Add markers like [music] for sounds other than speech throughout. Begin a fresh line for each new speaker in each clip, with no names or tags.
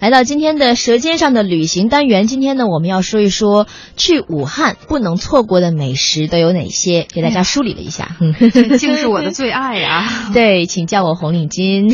来到今天的《舌尖上的旅行》单元，今天呢，我们要说一说去武汉不能错过的美食都有哪些，给大家梳理了一下。
这 [laughs] 竟是我的最爱呀、
对，请叫我红领巾。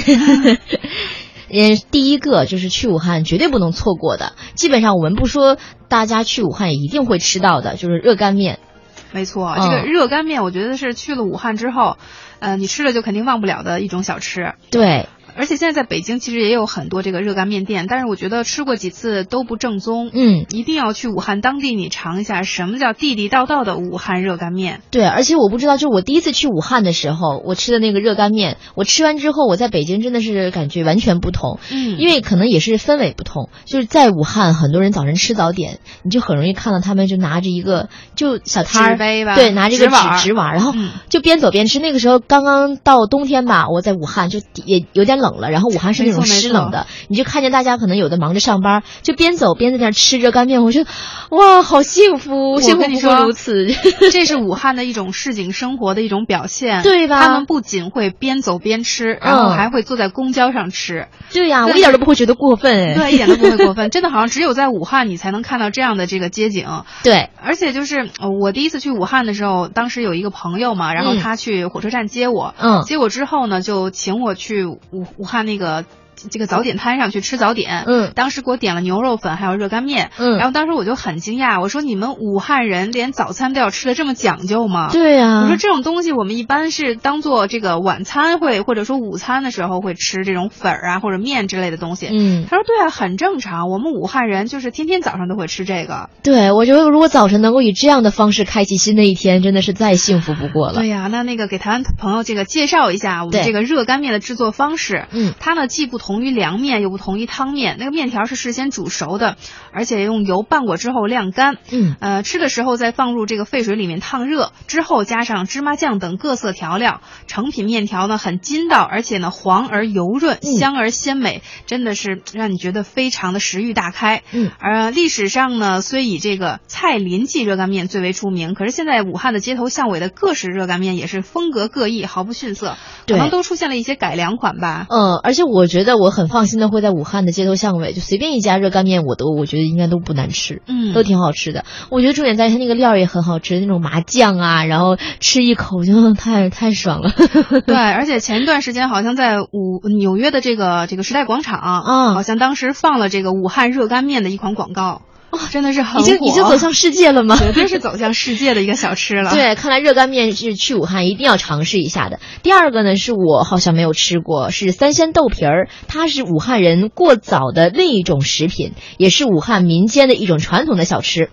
[laughs] 嗯，第一个就是去武汉绝对不能错过的，基本上我们不说，大家去武汉也一定会吃到的，就是热干面。
[laughs] 没错，
嗯
这个热干面我觉得是去了武汉之后，呃，你吃了就肯定忘不了的一种小吃。
对，
而且现在在北京其实也有很多这个热干面店，但是我觉得吃过几次都不正宗。
嗯，
一定要去武汉当地，你尝一下什么叫地地道道的武汉热干面。
对，而且我不知道，就我第一次去武汉的时候，我吃的那个热干面，我吃完之后，我在北京真的是感觉完全不同。
嗯
因
为
为可能也是氛围不同，就是在武汉，很多人早晨吃早点，你就很容易看到他们就拿着一个就小摊儿
纸杯吧
对，拿着一个
纸碗儿
纸纸碗儿，然后
嗯
就边走边吃。那个时候刚刚到冬天吧，我在武汉就也有点冷了，然后武汉是那种
没错没
湿冷的，你就看见大家可能有的忙着上班，就边走边在那儿吃热干面，我觉得哇，好幸福，
我
幸福
跟你
不
说
过如此。
[laughs] 这是武汉的一种市井生活的一种表现，
对吧
他们不仅会边走边吃，然后
嗯
还会坐在公交上吃，
对呀、我
对
一点都不会觉得过分。
对，一点都不会
[laughs]
过分。真的好像只有在武汉你才能看到这样的这个街景。
对，
而且就是呃我第一次去武汉的时候，当时有一个朋友嘛，然后
嗯
他去火车站接我，
嗯
接我之后呢，就请我去武武汉那个这个早点摊上去吃早点。
嗯
当时给我点了牛肉粉，还有热干面。
嗯
然后当时我就很惊讶，我说你们武汉人连早餐都要吃的这么讲究吗？
对呀、
我说这种东西我们一般是当做这个晚餐会或者说午餐的时候会吃这种粉儿啊或者面之类的东西。
嗯，
他说对啊，很正常，我们武汉人就是天天早上都会吃这个。
对，我觉得如果早晨能够以这样的方式开启新的一天，真的是再幸福不过了。
对呀、那那个给台湾朋友这个介绍一下我
对
们这个热干面的制作方式。
嗯
它呢既不同于凉面，又不同于汤面。那个面条是事先煮熟的，而且用油拌过之后晾干。
嗯
呃，吃的时候再放入这个沸水里面烫热，之后加上芝麻酱等各色调料，成品面条呢很筋道，而且呢黄而油润，
嗯
香而鲜美，真的是让你觉得非常的食欲大开。
嗯，
而历史上呢，虽以这个蔡林记热干面最为出名，可是现在武汉的街头巷尾的各式热干面也是风格各异，毫不逊色，可
对
能都出现了一些改良款吧。
嗯，而且我觉得我很放心的会在武汉的街头巷尾，就随便一家热干面，我都我觉得应该都不难吃。
嗯，
都挺好吃的，我觉得重点在于它那个料儿也很好吃，那种麻酱啊，然后吃一口就太太爽了。 [laughs]
对，而且前一段时间好像在武纽约的这个这个时代广场，
嗯
好像当时放了这个武汉热干面的一款广告，哦，真的是很
已经
火
已经走 [laughs] 向世界了吗？
绝对是走向世界的一个小吃了。，
对，看来热干面是去武汉一定要尝试一下的。第二个呢，是我好像没有吃过，是三鲜豆皮儿，它是武汉人过早的另一种食品，也是武汉民间的一种传统的小吃。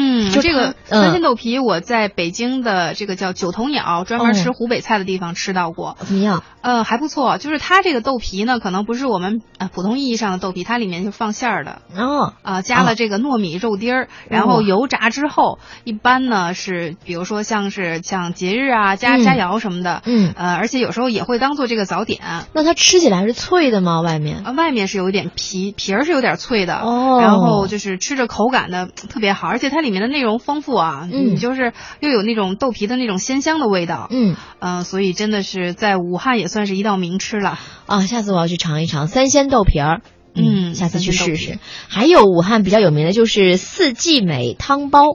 嗯，
就
这个
它嗯
三鲜豆皮，我在北京的这个叫九头鸟，专门
哦
吃湖北菜的地方吃到过，
怎么样？
呃，还不错。就是它这个豆皮呢，可能不是我们呃普通意义上的豆皮，它里面就放馅儿的，
哦，
啊，加了这个糯米肉丁儿，然后
哇
油炸之后，一般呢是比如说像是像节日啊、佳
嗯
佳肴什么的，
嗯，
呃，而且有时候也会当做这个早点。
那它吃起来是脆的吗？外面？
啊，外面是有一点皮，皮儿是有点脆的，
哦
呃然后就是吃着口感的特别好，而且它里面的内容丰富啊，
嗯
你就是又有那种豆皮的那种鲜香的味道，
嗯
嗯、所以真的是在武汉也算是一道名吃了。
啊，下次我要去尝一尝三鲜豆皮儿。
嗯
下次去
三鲜
试
豆皮
试。还有武汉比较有名的就是四季美汤包，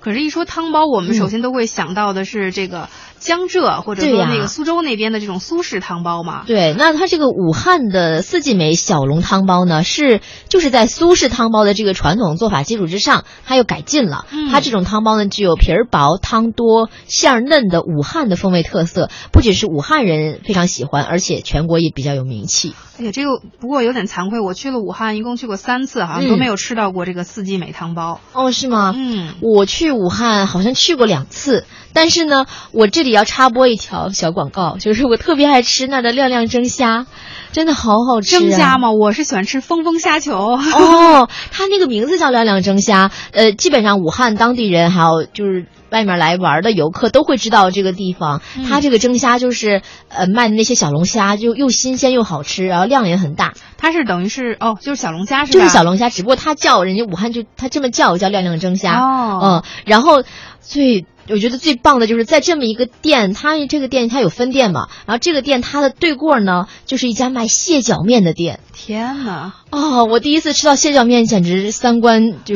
可是，一说汤包，我
嗯
们首先都会想到的是这个江浙或者
对
说
呀
那个苏州那边的这种苏式汤包嘛。
对，那它这个武汉的四季美小笼汤包呢，是就是在苏式汤包的这个传统做法基础之上，它又改进了。
嗯
它这种汤包呢，具有皮儿薄、汤多、馅儿嫩的武汉的风味特色，不仅是武汉人非常喜欢，而且全国也比较有名气。
哎呀，这个不过有点惭愧，我去了武汉，一共去过三次，好像都
嗯
没有吃到过这个四季美汤包。
哦，是吗？
嗯，
我去武汉好像去过两次，但是呢，我这里要插播一条小广告，就是我特别爱吃那儿的亮亮蒸虾，真的好好吃、啊。
蒸虾吗？我是喜欢吃风风虾球。 [laughs]
哦，它那个名字叫“亮亮蒸虾”，呃，基本上武汉当地人还有就是外面来玩的游客都会知道这个地方。
嗯
它这个蒸虾就是呃卖的那些小龙虾，就又新鲜又好吃，然后量也很大，
它是等于是哦，就是小龙虾是吧？
就是小龙虾，只不过它叫人家武汉就它这么叫叫“亮亮蒸虾”。
哦，
嗯，然后最我觉得最棒的就是在这么一个店，它这个店它有分店嘛，然后这个店它的对过呢就是一家卖蟹脚面的店。
天哪！
哦，我第一次吃到蟹脚面，简直三观
[laughs]
就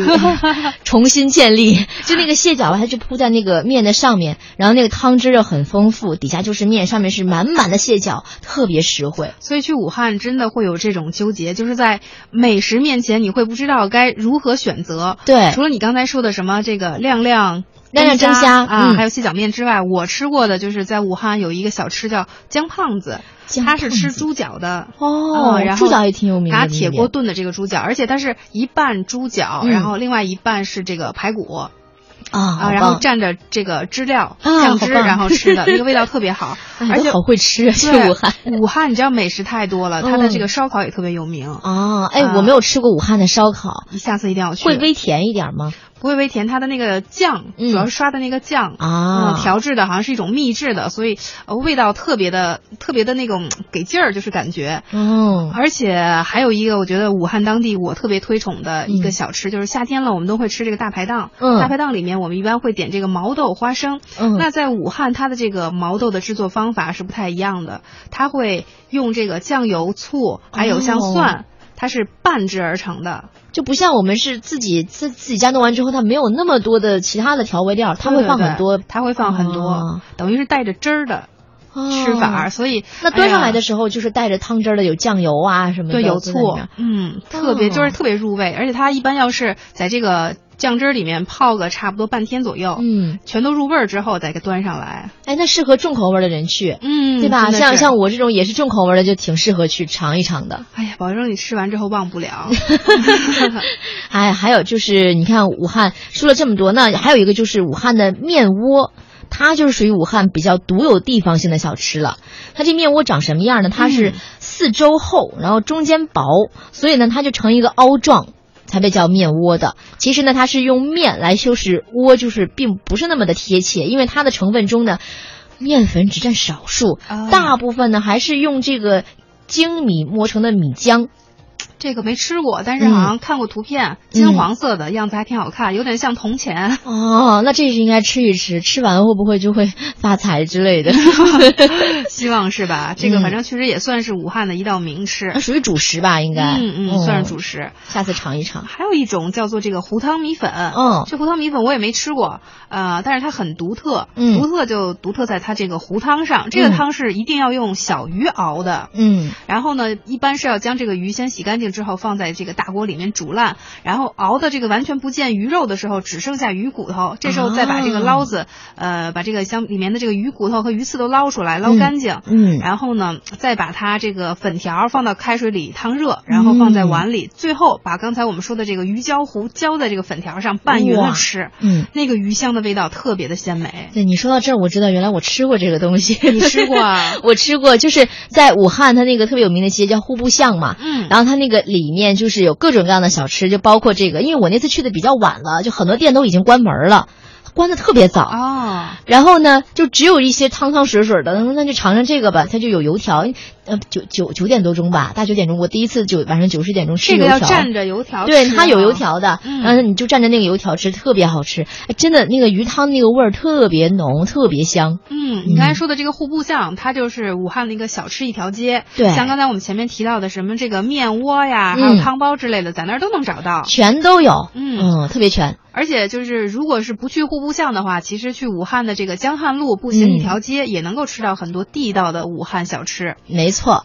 重新建立。就那个蟹脚吧，它就铺在那个面的上面，然后那个汤汁又很丰富，底下就是面，上面是满满的蟹脚，特别实惠。
所以去武汉真的会有这种纠结，就是在美食面前，你会不知道该如何选择。
对
除了你刚才说的什么这个亮亮。
亮亮蒸虾
啊，
嗯
还有蟹脚面之外，我吃过的就是在武汉有一个小吃叫姜胖子，
姜
它是
胖
吃
子
猪脚的
哦
嗯然后
猪脚也挺有名的
拿
那
铁
边
锅炖的这个猪脚，而且它是一半猪脚，
嗯
然后另外一半是这个排骨，
啊，好
啊，然后
棒
蘸着这个汁料、
啊
酱
好
汁，
棒，
然后吃的，那个味道特别好
哎
而
都
且
好会吃啊，去
对
武汉。
武汉你知道美食太多了，它的
嗯
这个烧烤也特别有名，
哦，哎，
啊
我没有吃过武汉的烧烤，
你下次一定要去。
会微甜一点吗？
不会微甜，它的那个酱
嗯
主要是刷的那个酱。
啊，
嗯，调制的好像是一种秘制的，所以呃味道特别的、特别的那种给劲儿，就是感觉。
哦，
而且还有一个，我觉得武汉当地我特别推崇的一个小吃，就是夏天了，我们都会吃这个大排档。
嗯
大排档里面我们一般会点这个毛豆花生。
嗯
那在武汉，它的这个毛豆的制作方法是不太一样的，它会用这个酱油、醋，还有像
哦
蒜，它是拌制而成的。
就不像我们是自己自自己家弄完之后，它没有那么多的其他的调味料，它会放很多
对对对它会放很多，
哦
等于是带着汁儿的吃法，
哦
所以
那端上来的
时
时候就是带着汤汁儿的，有酱油啊什么
候
的，
对有
都
醋
在里面，
嗯，特别就是特别入味，而且它一般要是在这个酱汁儿里面泡个差不多半天左右，
嗯，
全都入味儿之后再给端上来，
哎，那适合重口味的人去，
嗯，
对吧？
真的
像
是
像我这种也是重口味的，就挺适合去尝一尝的。
哎呀，保证你吃完之后忘不
[laughs]
了。
哎，还有就是，你看武汉说了这么多，那还有一个就是武汉的面窝。它就是属于武汉比较独有地方性的小吃了。它这面窝长什么样呢？它是
嗯
四周厚，然后中间薄，所以呢，它就成一个凹状，才被叫面窝的。其实呢，它是用面来修饰窝，就是并不是那么的贴切，因为它的成分中呢，面粉只占少数，
哦
大部分呢还是用这个精米磨成的米浆。
这个没吃过，但是好
嗯
像看过图片，金黄色的样子还挺好看，有点像铜钱。
哦，那这是应该吃一吃，吃完会不会 [laughs] 就会发财之类
[laughs]
的？
希望是吧？这个
嗯
反正确实也算是武汉的一道名吃
那，属于主食吧，应该。
嗯嗯，算是主。食。
下次尝一尝。
还有一种叫做这个胡汤米粉，
嗯
这胡汤米粉我也没吃过，呃，但是它很独特，
嗯
独特就独特在它这个胡汤上，这个
嗯
汤是一定要用小鱼熬的，
嗯，
然后呢，一般是要将这个鱼先洗干净之后放在这个大锅里面煮烂，然后熬的这个完全不见鱼肉的时候，只剩下鱼骨头，这时候再把这个捞子，
啊
呃，把这个相里面的这个鱼骨头和鱼刺都捞出来，捞
嗯
干净，
嗯
然后呢，再把它这个粉条放到开水里烫
嗯
热，然后放在碗里，最后把刚才我们说的这个鱼胶糊浇在这个粉条上拌匀
哇
了吃，
嗯，
那个鱼香的味道特别的鲜美。
对你说到这儿，我知道原来我吃过这个东西。
[laughs] 你吃过啊
我吃过，就是在武汉，它那个特别有名的街叫户部巷嘛。
嗯，
然后它那个里面就是有各种各样的小吃，就包括这个，因为我那次去的比较晚了，就很多店都已经关门了，关的特别早。
哦，
然后呢，就只有一些汤汤水水的，那那就尝尝这个吧，它就有油条，呃，九九九点多钟吧，大九点钟，我第一次九晚上九十点钟吃
这
油
个
条，
要蘸着油条吃啊吗，
对，它有油条的，
嗯
然后你就蘸着那个油条吃，特别好吃，哎真的那个鱼汤那个味儿特别浓，特别香，
嗯，你刚才说的这个户部巷，它就是武汉的一个小吃一条街。
对
像刚才我们前面提到的什么这个面窝呀，
嗯
还有汤包之类的，在那儿都能找到。
全都有，
嗯
特别全，
而且就是，如果是不去户部巷的话，其实去武汉
嗯
的这个江汉路步行一条街，也能够吃到很多地道的武汉小吃。
没错。